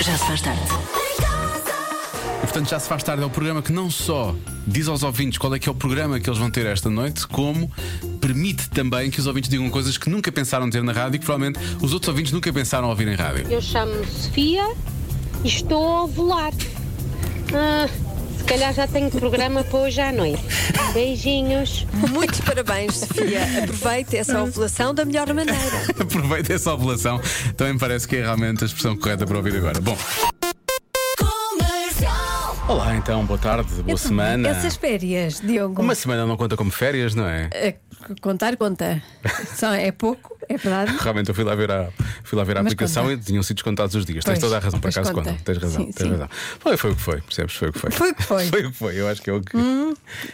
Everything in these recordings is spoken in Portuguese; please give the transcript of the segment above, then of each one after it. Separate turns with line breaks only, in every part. Já se faz tarde.
E, portanto, já se faz tarde. É o programa que não só diz aos ouvintes qual é que é o programa que eles vão ter esta noite, como permite também que os ouvintes digam coisas que nunca pensaram ter na rádio e que provavelmente os outros ouvintes nunca pensaram ouvir em rádio.
Eu chamo-me Sofia e estou a volar. Ah, se calhar já tenho programa para hoje à noite. Beijinhos.
Muitos parabéns, Sofia. Aproveite essa ovulação da melhor maneira.
Aproveita essa ovulação. Também me parece que é realmente a expressão correta para ouvir agora. Bom. Olá, então, boa tarde, boa semana.
Essas férias, Diogo.
Uma semana não conta como férias, não é?
Eh, Contar, conta. Só é pouco, é verdade.
Realmente eu fui lá ver a, fui lá ver a
Mas
aplicação
conta.
e tinham sido descontados os dias.
Pois,
tens toda a razão, por
pois
acaso
conta.
contam. Tens razão,
Sim,
tens
sim.
razão. Foi, foi o que foi, percebes? Foi o que foi.
Foi o que foi. Hum.
Foi o que foi, eu acho que é o que.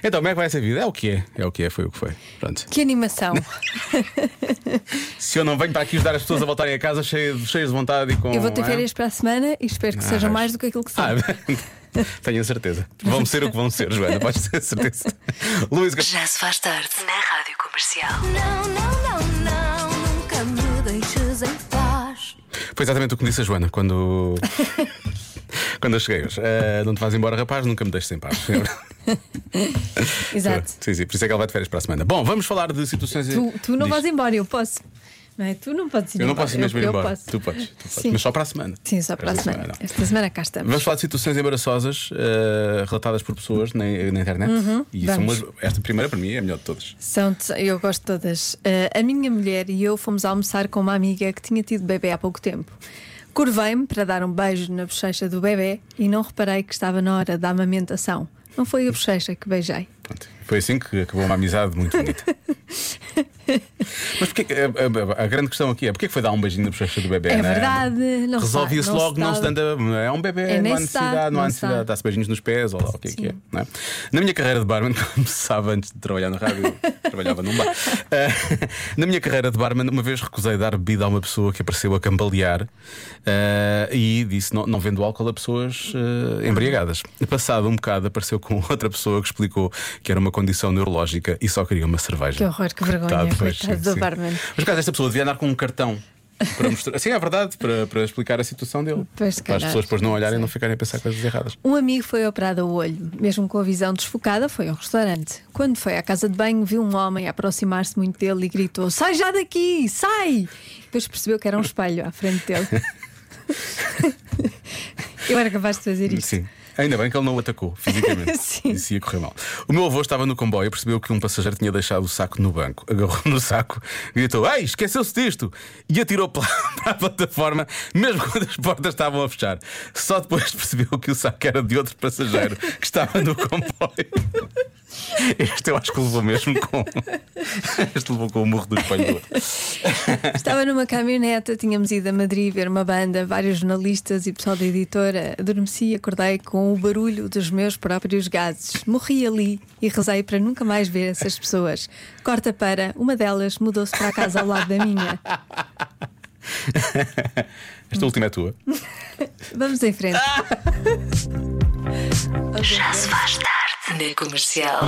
Então, como é que vai essa vida? É o que é, é o que é, foi o que foi. Pronto.
Que animação.
Se eu não venho para aqui ajudar as pessoas a voltarem a casa cheio de- cheias de vontade e com.
Eu vou ter
é?
férias para a semana e espero que sejam
vais.
mais do que aquilo que são.
Ah, tenho a certeza. Vão ser o que vão ser, Joana, podes ter certeza. Luís,
Já se faz tarde na Rádio Comercial.
Não, não, não, não, nunca me deixes em paz.
Foi exatamente o que me disse a Joana quando. quando eu cheguei hoje. Eh, não te vais embora, rapaz, nunca me deixes em paz.
Exato.
Sim, sim, por isso é que ela vai de férias para a semana. Bom, vamos falar de situações.
Tá. Tu, tu não
Diz.
vais embora, eu posso. Não é? Tu não podes ir
Eu não
embora.
posso mesmo ir
eu
embora.
posso.
Tu podes, tu podes.
Sim.
Mas só para a semana.
Sim, só para a
Esta
semana.
não. é
Esta semana cá estamos.
Vamos falar de situações embaraçosas eh, relatadas por pessoas na, na internet. e são
Uhum, vamos.
umas- esta primeira para mim é a melhor de todas.
São, eu gosto de todas. Eh, a minha mulher e eu fomos almoçar com uma amiga que tinha tido bebê há pouco tempo. Curvei-me para dar um beijo na bochecha do bebê e não reparei que estava na hora da amamentação. Não foi a bochecha que beijei.
Pronto. Foi assim que acabou uma amizade muito bonita. Mas porque, a, a- a grande questão aqui é porque é que foi dar um beijinho na bochecha do bebê?
É
né?
verdade, não se
Resolve-se
dá, não
logo,
se
não
dá.
se anda. É um bebê,
É,
não
nem
há
se dá,
necessidade, não há
não se dá.
necessidade. Dá-se beijinhos nos pés, ou lá o que é que é.
Sim.
não é? Na minha carreira de barman, como se sabe antes de trabalhar na rádio, trabalhava num bar. Ah, na minha carreira de barman, uma vez recusei dar bebida a uma pessoa que apareceu a cambalear ah, e disse: não, não vendo álcool a pessoas ah, embriagadas. E passado um bocado, apareceu com outra pessoa que explicou que era uma condição neurológica e só queria uma cerveja.
Que horror, que vergonha,
pois,
coitado
sim,
do
sim.
barman.
Mas caso esta pessoa devia andar com um cartão para mostrar. Sim, é verdade, para, para explicar a situação dele.
Pois, se
para as
calhar,
pessoas depois não olharem e
sim.
não ficarem a pensar coisas erradas.
Um amigo foi operado ao olho, mesmo com a visão desfocada, foi ao restaurante. Quando foi à casa de banho, viu um homem aproximar-se muito dele e gritou: Sai já daqui, sai! Depois percebeu que era um espelho à frente dele. Eu era capaz de fazer isto.
Sim. Ainda bem que ele não o atacou fisicamente.
Sim.
Isso ia correr mal. O meu avô estava no comboio e percebeu que um passageiro tinha deixado o saco no banco. Agarrou no saco, gritou: Ei, esqueceu-se disto! E atirou pela- para a plataforma, mesmo quando as portas estavam a fechar. Só depois percebeu que o saco era de outro passageiro que estava no comboio. Este eu acho que levou mesmo com. Este levou com o murro do espelho.
Estava numa caminhoneta, tínhamos ido a Madrid ver uma banda, vários jornalistas e pessoal da editora. Adormeci e acordei com o barulho dos meus próprios gases. Morri ali e rezei para nunca mais ver essas pessoas. Corta para, uma delas mudou-se para a casa ao lado da minha.
Esta última é tua.
Vamos em frente.
Ah,
Já se faz tarde na Comercial.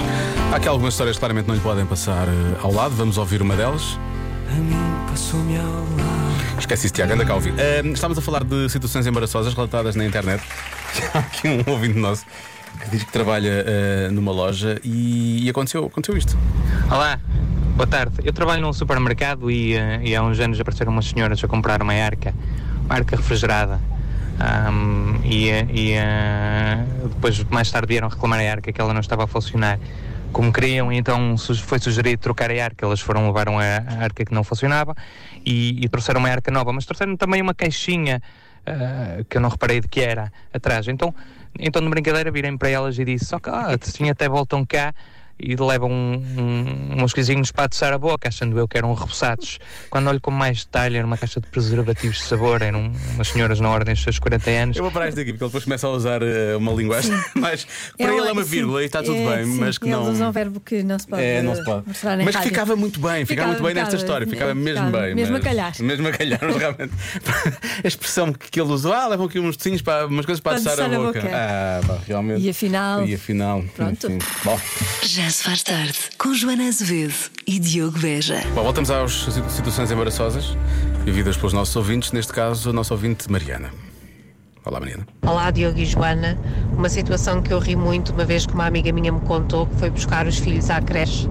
Há aqui algumas histórias que claramente não lhe podem passar eh, ao lado. Vamos ouvir uma delas.
Passou-me ao lado.
Esquece isso, Tiago, anda cá ouvir. Ahm, estamos a falar de situações embaraçosas relatadas na internet. Há aqui um ouvinte nosso que diz que trabalha ah, numa loja e, e aconteceu, aconteceu isto.
Olá, boa tarde. Eu trabalho num supermercado e, eh, e há uns anos apareceram umas senhoras a comprar uma arca, uma arca refrigerada. Ahm, e eh, e, eh, depois, mais tarde, vieram reclamar a arca que ela não estava a funcionar como queriam, e então su- foi sugerido trocar a arca. Elas foram, levaram a a arca que não funcionava e, e trouxeram uma arca nova, mas trouxeram também uma caixinha ah, que eu não reparei de que era atrás. Então, então de brincadeira, virei para elas e disse: Só que ah, assim até voltam cá e levam um, um- uns coisinhos para atoçar a boca, achando eu que eram reboçados. Quando olho com mais detalhe, era uma caixa de preservativos de sabor, eram umas senhoras na ordem dos seus 40 anos.
Eu vou parar isto aqui porque ele depois começa a usar ah, uma linguagem mais. Para ele é uma
sim,
vírgula e está tudo
é,
bem,
sim,
mas que
eles
não.
usam um verbo que não se pode,
É,
eh,
não se pode.
mostrar na
Mas
rádio.
ficava muito bem, ficava, muito bem nesta história, ficava mesmo bem.
Mesmo
mas-
a calhar.
Mesmo a calhar, mas realmente. A expressão que que ele usou, ah, levam aqui uns docinhos para umas coisas para,
Para
atoçar
atoçar a boca.
Ah, pá, realmente.
E afinal-
E afinal.
Pronto.
enfim. Bom,
Já se faz tarde com Joana Azevedo e Diogo Beja.
bom, voltamos às situ- situações embaraçosas vividas pelos nossos ouvintes, neste caso, a nossa ouvinte Mariana. Olá, Mariana.
Olá, Diogo e Joana. Uma situação que eu ri muito uma vez que uma amiga minha me contou que foi buscar os filhos à creche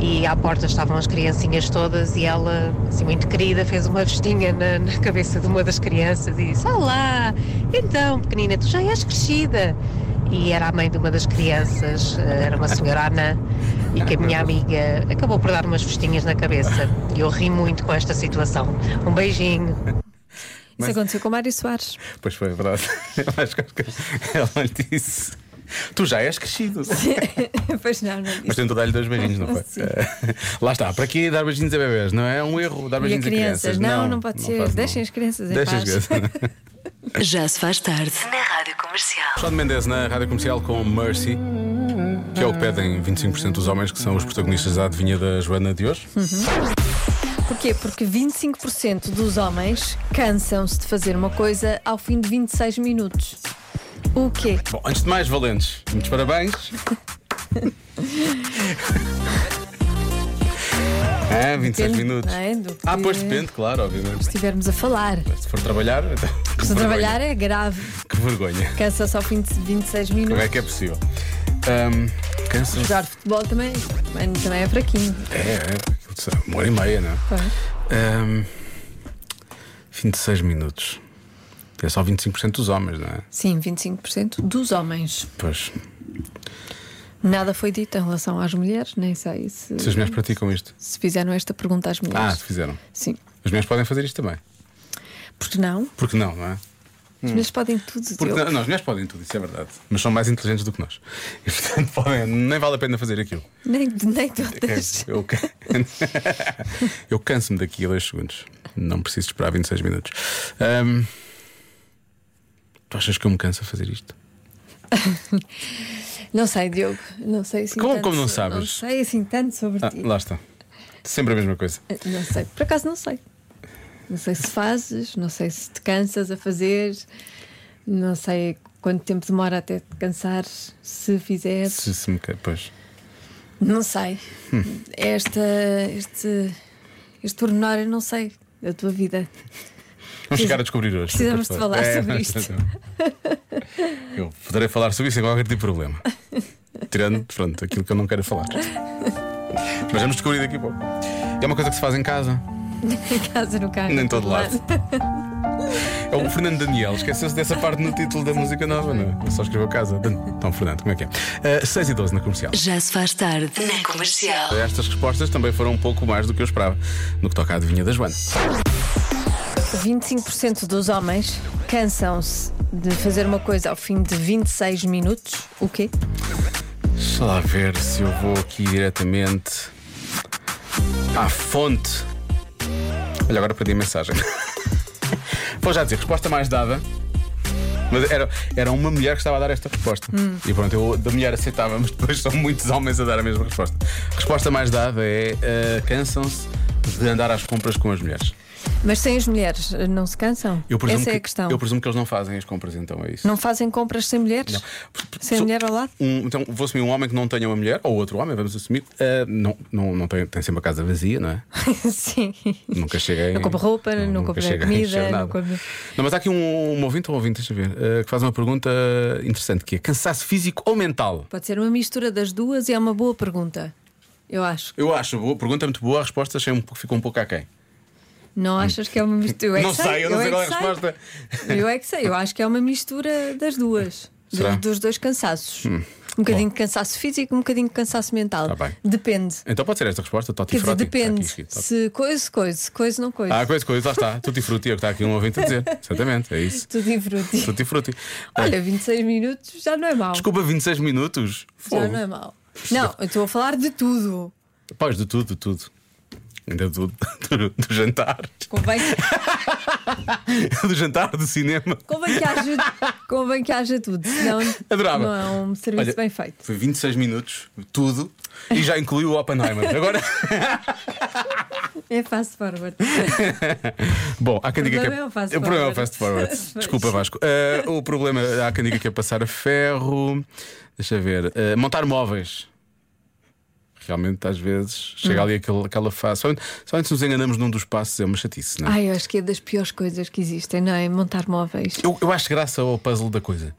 e à porta estavam as criancinhas todas e ela, assim muito querida, fez uma vestinha na, na cabeça de uma das crianças e disse: Olá, então, pequenina, tu já és crescida. E era a mãe de uma das crianças, eh, era uma senhora anã, e que a minha amiga acabou por dar umas vestinhas na cabeça. E eu ri muito com esta situação. Um beijinho.
Isso aconteceu com o Mário Soares.
Pois foi, é verdade. Eu acho que ela lhe disse. Tu já és crescido.
pois não, não
Mas
disse.
tentou dar-lhe dois beijinhos, não foi?
Sim.
Eh, Lá está, para que dar beijinhos a bebés? Não é um erro dar
E a
beijinhos
crianças?
a crianças.
Não, não pode ser.
faz, não.
Deixem as crianças em
Deixem as
paz.
crianças.
Já se faz tarde na Rádio Comercial.
Sean Mendes na Rádio Comercial com Mercy, que é o que pedem 25% dos homens que são os protagonistas da adivinha da Joana de hoje.
Porquê? Porque 25% dos homens cansam-se de fazer uma coisa ao fim de 26 minutos. O quê?
Bom, antes de mais, Valentes, muitos parabéns. ah, 26 minutos.
não é? Do que
Ah, pois depende, claro, obviamente.
estivermos a falar.
Se for trabalhar, então, que
Se
vergonha.
trabalhar é grave.
Que vergonha.
Cansa-se ao fim de 26
Como
minutos.
é que é possível? Hum, Ahm, Cansa.
Jogar futebol também, também, também é fraquinho.
É, é, putz, uma hora e meia, não é? Hum,
Pois.
Ahm, 26 minutos. É só 25% dos homens, não é?
Sim, 25% dos homens.
Pois.
Nada foi dito em relação às mulheres, nem sei se,
Se as mulheres praticam isto.
se fizeram esta pergunta às
Ah,
mulheres.
se fizeram.
Sim.
As mulheres podem fazer isto também.
Porque não?
Porque não, não é?
As mulheres podem tudo.
Porque
Diogo.
não, não, as mulheres podem tudo, isso é verdade. Mas são mais inteligentes do que nós. E portanto podem, nem vale a pena fazer aquilo.
Nem, nem
É,
todas.
Eu, ca- eu canso-me daqui a dois segundos. Não preciso esperar 26 minutos. Ahm, tu achas que eu me canso a fazer isto?
Não sei, Diogo. Não sei assim
Como-
tanto,
como não
Não
sabes?
sei assim tanto sobre
Ah,
ti.
lá está. Sempre a mesma coisa.
Não sei. Por acaso não sei. Não sei se fazes, não sei se te cansas a fazer, não sei quanto tempo demora até te cansares, se fizeres.
Se, Hum. se me ca- pois.
Não sei. Esta, este, este pormenor, eu não sei da tua vida.
Vamos chegar a descobrir hoje. É,
Precisamos de falar sobre isto.
Eu poderei falar sobre isso sem qualquer tipo de problema. Tirando, pronto, aquilo que eu não quero falar. Mas vamos descobrir daqui a pouco. É uma coisa que se faz em casa,
Em casa, no carro.
nem em todo lado. É o Fernando Daniel, esqueceu-se dessa parte no título da música nova, não é? Só escreveu casa. Então, Fernando, como é que é? 6 e 12 na comercial.
Já se faz tarde na Comercial.
Estas respostas também foram um pouco mais do que eu esperava no que toca à adivinha da Joana.
25% dos homens cansam-se de fazer uma coisa ao fim de 26 minutos. O quê?
Deixa lá ver se eu vou aqui diretamente à fonte. Olha, agora perdi a mensagem. Vou já dizer, resposta mais dada. Mas era, era uma mulher que estava a dar esta resposta. E pronto, eu da mulher aceitava, mas depois são muitos homens a dar a mesma resposta. Resposta mais dada é: eh, cansam-se de andar às compras com as mulheres.
Mas sem as mulheres, eh, não se cansam? Essa é
que,
a questão.
Eu presumo que eles não fazem as compras, então é isso.
Não fazem compras sem mulheres? Sem
So-
mulher ao lado?
Um- então, vou assumir um homem que não tenha uma mulher, ou outro homem, vamos assumir. ah, não, não, não tem, tem sempre a casa vazia, não é?
Sim.
Nunca chega em-
Não compro roupa,
nu-
não compro
chega a
comida,
encher
não
nada.
compro-
Não, mas há aqui um, um ouvinte ou um ouvinte, deixa eu ver, ah, que faz uma pergunta interessante: que é cansaço físico ou mental?
Pode ser uma mistura das duas e é uma boa pergunta. Eu acho.
Eu acho, boa, pergunta é muito boa, a resposta achei um, pouco- ficou um pouco aquém.
Não achas que é uma mistura? Eu é
não
que
sei, eu não
é
sei qual é a
que
resposta.
Eu é que sei, eu acho que é uma mistura das duas.
Será? Hum.
Dos, dos dois cansaços. Um bocadinho de cansaço físico, um bocadinho de cansaço mental.
Tá bem.
Depende.
Então pode ser esta resposta, Toti
Quer dizer,
Frutti, está aqui
depende.
escrito. tá
Se coisa, coisa, se coisa, não coisa.
Ah, coisa, coisa, lá está. Tutti Frutti é o que está aqui um ouvinte a dizer. Exatamente, é isso.
Tudo em fruto.
Tutti Frutti.
Olha, 26 minutos já não é mau.
Desculpa, 26 minutos?
já
Fogo.
não é mau. Não, eu estou a falar de tudo.
Pois, de tudo, de tudo. Ainda do, do, do jantar.
Convém,
Do jantar, do cinema.
convém, que, haja, convém que haja tudo. Senão
Adorava.
não é um serviço
Olha,
bem feito.
Foi 26 minutos, tudo. E já incluiu o Oppenheimer. Agora,
É fast forward.
bom, há quem diga que
problema é o fast
o problema é o
forward.
fast forward.
Pois.
Desculpa, Vasco. Ah, o problema, há quem diga que é passar a ferro. Deixa eu ver. Ah, montar móveis. Eh, realmente às
Hum.
vezes chega ali aquele, aquela fase. Só, só antes nos enganamos num dos passos, é uma chatice, não é?
Ai, eu acho que é das piores coisas que existem, não é? Montar móveis.
Eu, eu acho graça ao puzzle da coisa.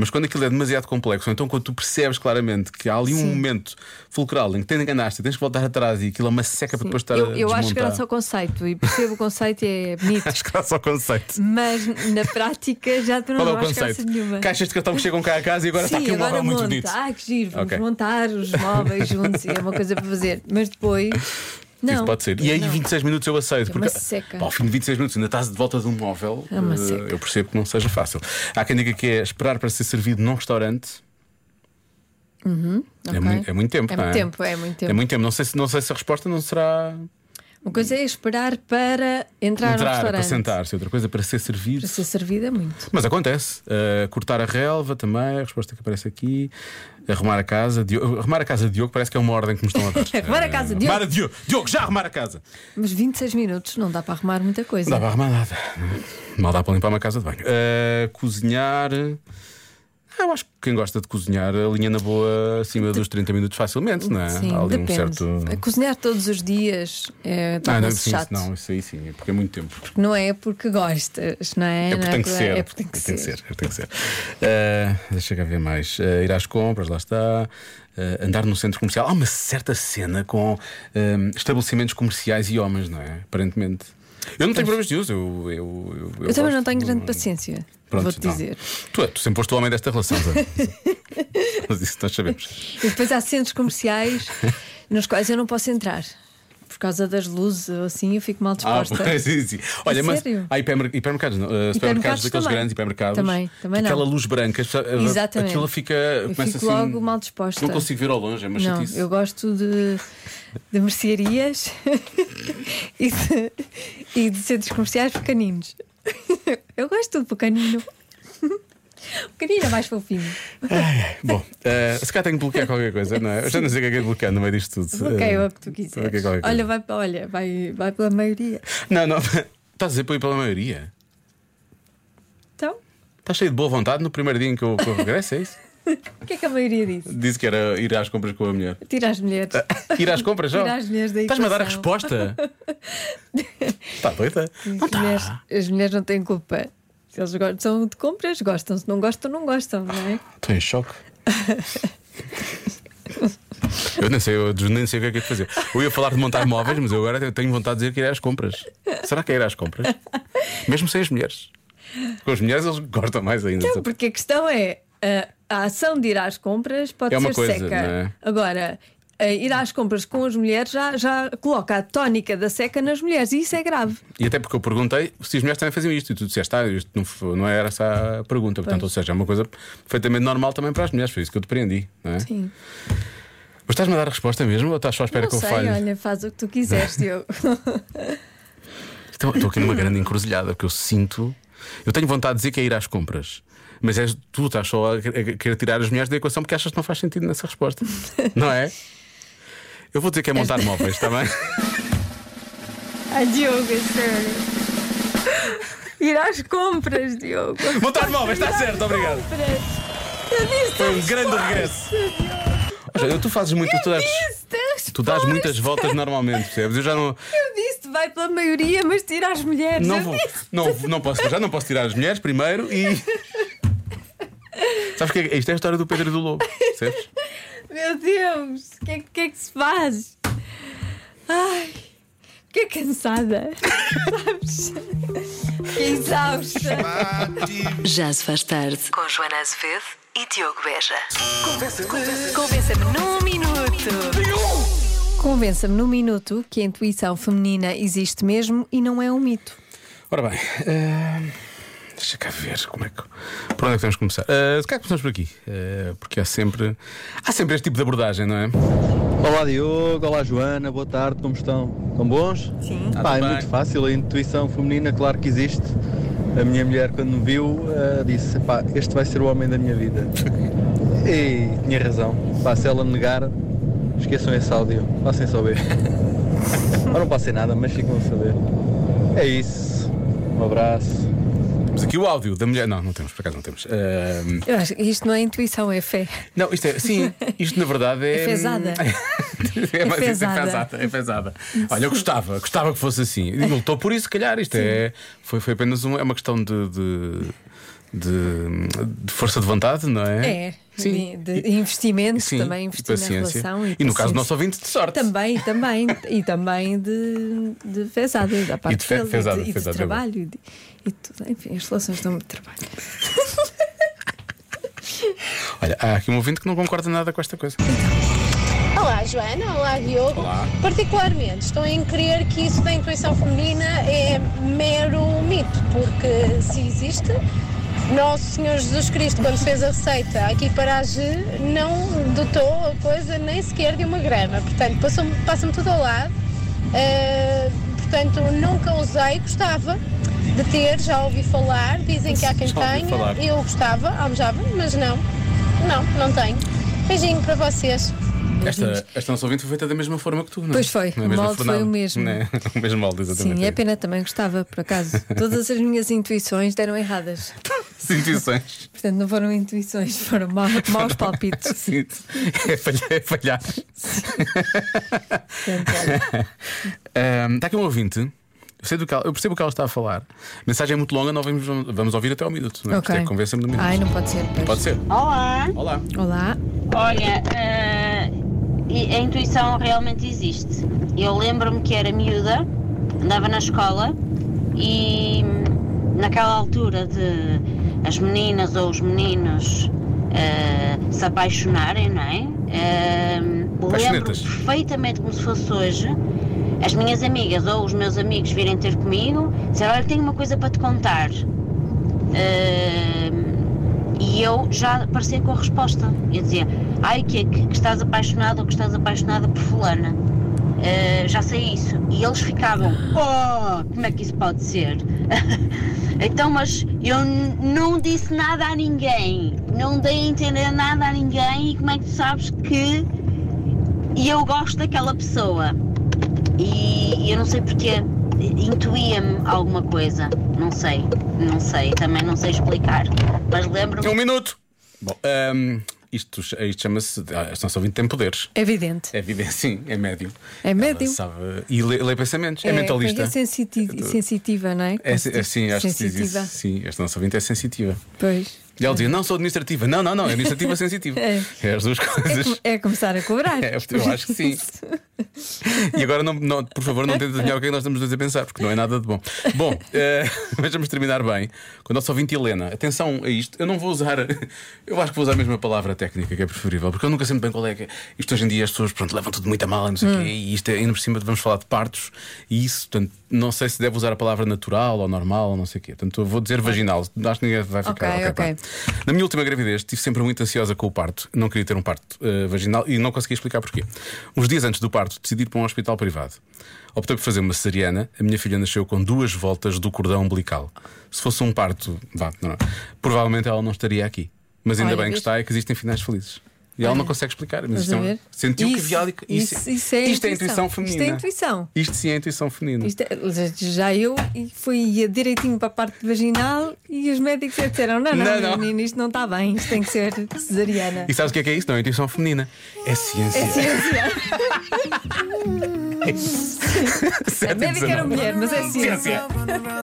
Mas quando aquilo é demasiado complexo, ou então quando tu percebes claramente que há ali um momento fulcral em que tens enganaste, tens que voltar atrás e aquilo é uma seca para depois estar a
eu eu acho
desmontar.
graça ao conceito e percebo o conceito e é bonito.
Acho graça ao conceito.
Mas na prática já tu não
Qual é o
vais graça
conceito?
nenhuma.
Caixas de cartão que chegam cá a casa e agora
Sim,
está aqui um
agora
móvel muito
monta.
bonito.
Ah, que giro, vamos
Ok.
montar os móveis juntos e é uma coisa para fazer. Mas depois. Não.
Isso pode ser. E aí,
Não.
26 minutos eu aceito.
É uma seca.
pá, ao fim de 26 minutos ainda estás de volta de um móvel.
É uma
eh,
seca.
Eu percebo que não seja fácil. Há quem diga que é esperar para ser servido num restaurante. É,
Uhum, Ok.
mui- é muito tempo,
É
não
muito tempo, é muito tempo.
É muito tempo. Não sei se, não sei se a resposta não será
Uma coisa é esperar para entrar, no
entrar, para
restaurante.
sentar-se, outra coisa para ser servido.
Para ser servida, é muito.
Mas acontece. Eh, cortar a relva também, a resposta que aparece aqui. Arrumar a casa. Diogo- arrumar a casa de Diogo parece que é uma ordem que me estão a dar. Eh,
Arrumar a casa de Diogo.
Arrumar a Diogo. Diogo, já arrumar a casa.
Mas 26 minutos não dá para arrumar muita coisa.
Não dá para arrumar nada. Mal dá para limpar uma casa de banho. Eh, cozinhar. Ah, Eu acho que quem gosta de cozinhar alinha na boa acima dos 30 minutos facilmente, não é?
Sim,
Há ali
depende.
um certo.
A cozinhar todos os dias é
Ah, não,
torna-se
sim,
chato.
não, isso aí sim, é porque é muito tempo.
Não é porque gostas, não é?
É porque
Não
tem que ser.
É porque tem que ser.
é porque tem que ser. Eh, deixa cá ver mais. Eh, ir às compras, lá está. Eh, andar no centro comercial. Há uma certa cena com eh, estabelecimentos comerciais e homens, não é? Aparentemente. Eu não tenho problemas de uso. Eu, eu, eu,
Eu também não
gosto, um-
tenho grande paciência.
Pronto,
Vou-te
então.
dizer.
Tu, tu sempre foste o homem desta relação, Zé. Mas isso nós sabemos.
E depois há centros comerciais nos quais eu não posso entrar por causa das luzes ou assim, eu fico mal disposta.
Ah, pois, sim, sim. Olha, mas
sério?
há hipermer- hipermercados, não, eh, supermercados
Hipermercados
daqueles
também.
grandes hipermercados.
Também, também
que
não.
Aquela luz branca, as pessoas-
Exatamente.
aquilo fica.
eu
começa
fico
assim-
logo mal disposta.
Não consigo ver ao longe, é uma
Não,
chatice.
eu gosto de, de mercearias e, de, e de centros comerciais pequeninos. Eu gosto do pequenino. O pequenino é mais fofinho.
Bom, eh, se cá tenho que bloquear qualquer coisa, não é? Eu já não sei o que é que é de bloquear no meio disto tudo.
Bloqueia
Eh,
é o que tu quiseres.
bloqueia qualquer
Olha,
coisa.
vai, olha vai, vai pela maioria.
Não, não. Estás a dizer para eu ir pela maioria?
Então,
Estás cheio de boa vontade no primeiro dia em que eu, que eu regresso, é isso?
o que é que a maioria disse?
Disse que era ir às compras com a mulher.
Tira as mulheres.
Ir às compras, já?
Tirar as mulheres da
Estás-me a dar a
equação.
resposta? Está doida? Não
As mulheres,
está.
as mulheres não têm culpa. Se eles gostam são de compras, gostam. Se não gostam, não gostam, não é?
Estou em choque. Eu nem sei, eu nem sei o que é que é de fazer. Eu ia falar de montar móveis, mas eu agora tenho vontade de dizer que ir às compras. Será que é ir às compras? Mesmo sem as mulheres. Com as mulheres eles gostam mais ainda.
Não, Então, porque a questão é a, a ação de ir às compras pode
É uma
ser
coisa,
seca.
não é?
Agora, a ir às compras com as mulheres já, já coloca a tónica da seca nas mulheres e isso é grave.
E até porque eu perguntei se as mulheres também faziam isto, e tu disseste, ah, isto não, foi- não era essa a pergunta. Portanto, ou seja, é uma coisa perfeitamente normal também para as mulheres, foi isso que eu te prendi. Não é?
Sim.
Mas estás-me a dar a resposta mesmo ou estás só à espera
não
que eu
sei,
falhe?
olha, faz o que tu quiseres, Diogo.
Então, Estou estou aqui numa grande encruzilhada, porque eu sinto. Eu tenho vontade de dizer que é ir às compras. Mas és, tu estás só a quer- a querer tirar as mulheres da equação porque achas que não faz sentido nessa resposta. Não é? Eu vou dizer que é montar móveis, está bem?
Ah, Diogo, é sério. Ir às compras, Diogo.
Montar móveis, está certo, obrigado.
Compras. Eu disse
Foi um grande regresso. Ou seja, tu fazes muito, tu dás,
disse,
tu dás
resposta.
muitas voltas normalmente, percebes? Eu já não,
Eu disse, vai pela maioria, mas tira as mulheres.
não
Eu
vou,
disse.
não, não posso, já não posso tirar as mulheres primeiro e. Sabes que é, isto é a história do Pedro e do Lobo, percebes?
Meu Deus, o que, é, que- o que é que se faz? Ai, fiquei é cansada. Sabes? Fiquei exausta.
Já se faz tarde. Com Joana Azevedo e Diogo Beja. Convença-me num minuto.
Convença-me num minuto que a intuição feminina existe mesmo e não é um mito.
Ora bem, eh, deixa cá ver como é que. Por onde é que vamos começar? Eh, se calhar começamos por aqui, eh, porque há sempre. Há sempre este tipo de abordagem, não é?
Olá Diogo, olá Joana, boa tarde, como estão? Estão bons? Sim.
Tá
Pá, é
tudo
muito
bem.
fácil, a intuição feminina, claro que existe. A minha mulher, quando me viu, ah, disse: pá, este vai ser o homem da minha vida. e tinha razão. Pá, se ela negar, esqueçam esse áudio, passem só ver. Ou não passem nada, mas ficam a saber. É isso. Um abraço.
Temos aqui o áudio da mulher. Não, não temos, por acaso não temos. Ahm,
Eu acho que isto não é intuição, é fé.
Não, isto é. Sim, isto na verdade é.
É fezada.
é, mais-
É
é
fezada.
fezada, é fezada. Olha, eu gostava, gostava que fosse assim. E não estou por isso, se calhar. Isto é. Foi, foi apenas um, é uma questão de. de... de- de força de vontade, não é?
É. De, de investimento
Sim,
também,
e
investir na
paciência.
relação.
E no caso do
paciência.
nosso ouvinte, de sorte.
Também, também. e também de, de fezada, da parte
fe-
dele,
fezada,
e de, e de
fezada, é bom.
trabalho. E, de- e tudo. Enfim, as relações dão muito trabalho.
Olha, há aqui um ouvinte que não concorda nada com esta coisa.
Olá, Joana. Olá, Diogo.
Olá.
Particularmente, estou em crer que isso da intuição feminina é mero mito, porque se existe, Nosso Senhor Jesus Cristo, quando fez a receita aqui para a G, não dotou a coisa nem sequer de uma grama. Portanto, passou-me- passa-me tudo ao lado. Eh, portanto, nunca usei, gostava de ter, já ouvi falar, dizem que há quem
Já ouvi
tenha.
falar.
Eu gostava, almejava, mas não. Não, não tenho. Beijinho para vocês.
Esta, esta nossa ouvinte foi feita da mesma forma que tu, não é?
Pois foi,
Não é
o
mesma
molde
forma,
foi o mesmo.
não é? O mesmo molde, exatamente.
Sim, é pena também, gostava, por acaso. Todas as minhas intuições deram erradas.
As intuições.
Portanto, não foram intuições, foram mau, maus palpites.
Sim, é falhar. É falhar. Ahm, Está aqui um ouvinte. Eu, sei do que ela- eu percebo o que ela está a falar. A mensagem é muito longa, nós vamos, vamos ouvir até ao minuto. Não é?
Ok.
Porque Convença-me no minuto.
Ai, não pode ser.
Não pode ser.
Olá.
Olá.
Olá.
Olha, ah, e a intuição realmente existe. Eu lembro-me que era miúda, andava na escola e hum, naquela altura de as meninas ou os meninos ah, se apaixonarem, não é? Ah, lembro
Apaixonetas.
perfeitamente como se fosse hoje. As minhas amigas ou os meus amigos virem ter comigo, dizer, olha, tenho uma coisa para te contar. Ah, e eu já aparecia com a resposta. Eu dizia, ai que, que, que estás apaixonado ou que estás apaixonada por fulana. Eh, já sei isso. E eles ficavam, oh, como é que isso pode ser? então, mas eu n- não disse nada a ninguém, não dei a entender nada a ninguém e como é que tu sabes que eu gosto daquela pessoa? E eu não sei porquê, intuía-me alguma coisa, não sei, não sei, também não sei explicar, mas lembro-me.
Um minuto. Bom, ahm, isto, isto chama-se. ah, Esta nossa ouvinte tem poderes.
É evidente.
É evidente, sim, é médium.
É médium.
Sabe, e lê, lê pensamentos, é, mentalista.
É sensiti- sensitiva, não é?
É, se- é, sim, acho que se diz
sensitiva.
isso. Sim, esta nossa ouvinte é sensitiva.
Pois.
E ela dizia: Não, sou administrativa. Não, não, não, é administrativa sensitiva.
É.
É as duas
É,
coisas.
com- é começar a cobrar.
É, eu acho que sim. E agora, não, não- por favor, não tente adivinhar o que é que nós estamos dois a pensar, porque não é nada de bom. Bom, eh, mas vamos terminar bem com a nossa ouvinte Helena. Atenção a isto. Eu não vou usar. Eu acho que vou usar a mesma palavra técnica, que é preferível, porque eu nunca sei muito bem qual é que. Isto hoje em dia as pessoas pronto, levam tudo muito a mal, e não sei o
Hum.
quê, e isto é, ainda por cima vamos falar de partos, e isso, portanto, não sei se deve usar a palavra natural ou normal ou não sei o quê. Portanto, eu vou dizer vaginal. Acho que ninguém vai ficar.
Ok, ok.
pá. Na minha última gravidez, estive sempre muito ansiosa com o parto. Não queria ter um parto eh, vaginal e não conseguia explicar porquê. Uns dias antes do parto, decidi ir para um hospital privado. Optei por fazer uma cesariana. A minha filha nasceu com duas voltas do cordão umbilical. Se fosse um parto, vá, não, não. provavelmente ela não estaria aqui. Mas ainda
Olha,
bem que
vês?
está e que existem finais felizes. E ela
Olha.
não consegue explicar, mas
Estás
isto é
a
um-
ver?
sentiu que havia ali-
Isso, isso é
isto é intuição feminina.
Isto é intuição.
Isto sim é intuição feminina.
Isto é- já- já eu e fui direitinho para a parte vaginal e os médicos já disseram: não, não,
Não, não.
menino, isto não está bem, isto tem que ser cesariana.
E sabes o que é que é isso? Não é intuição feminina. É ciência.
É ciência.
Sete
a
e
médica era né?
19.
mulher, mas é ciência.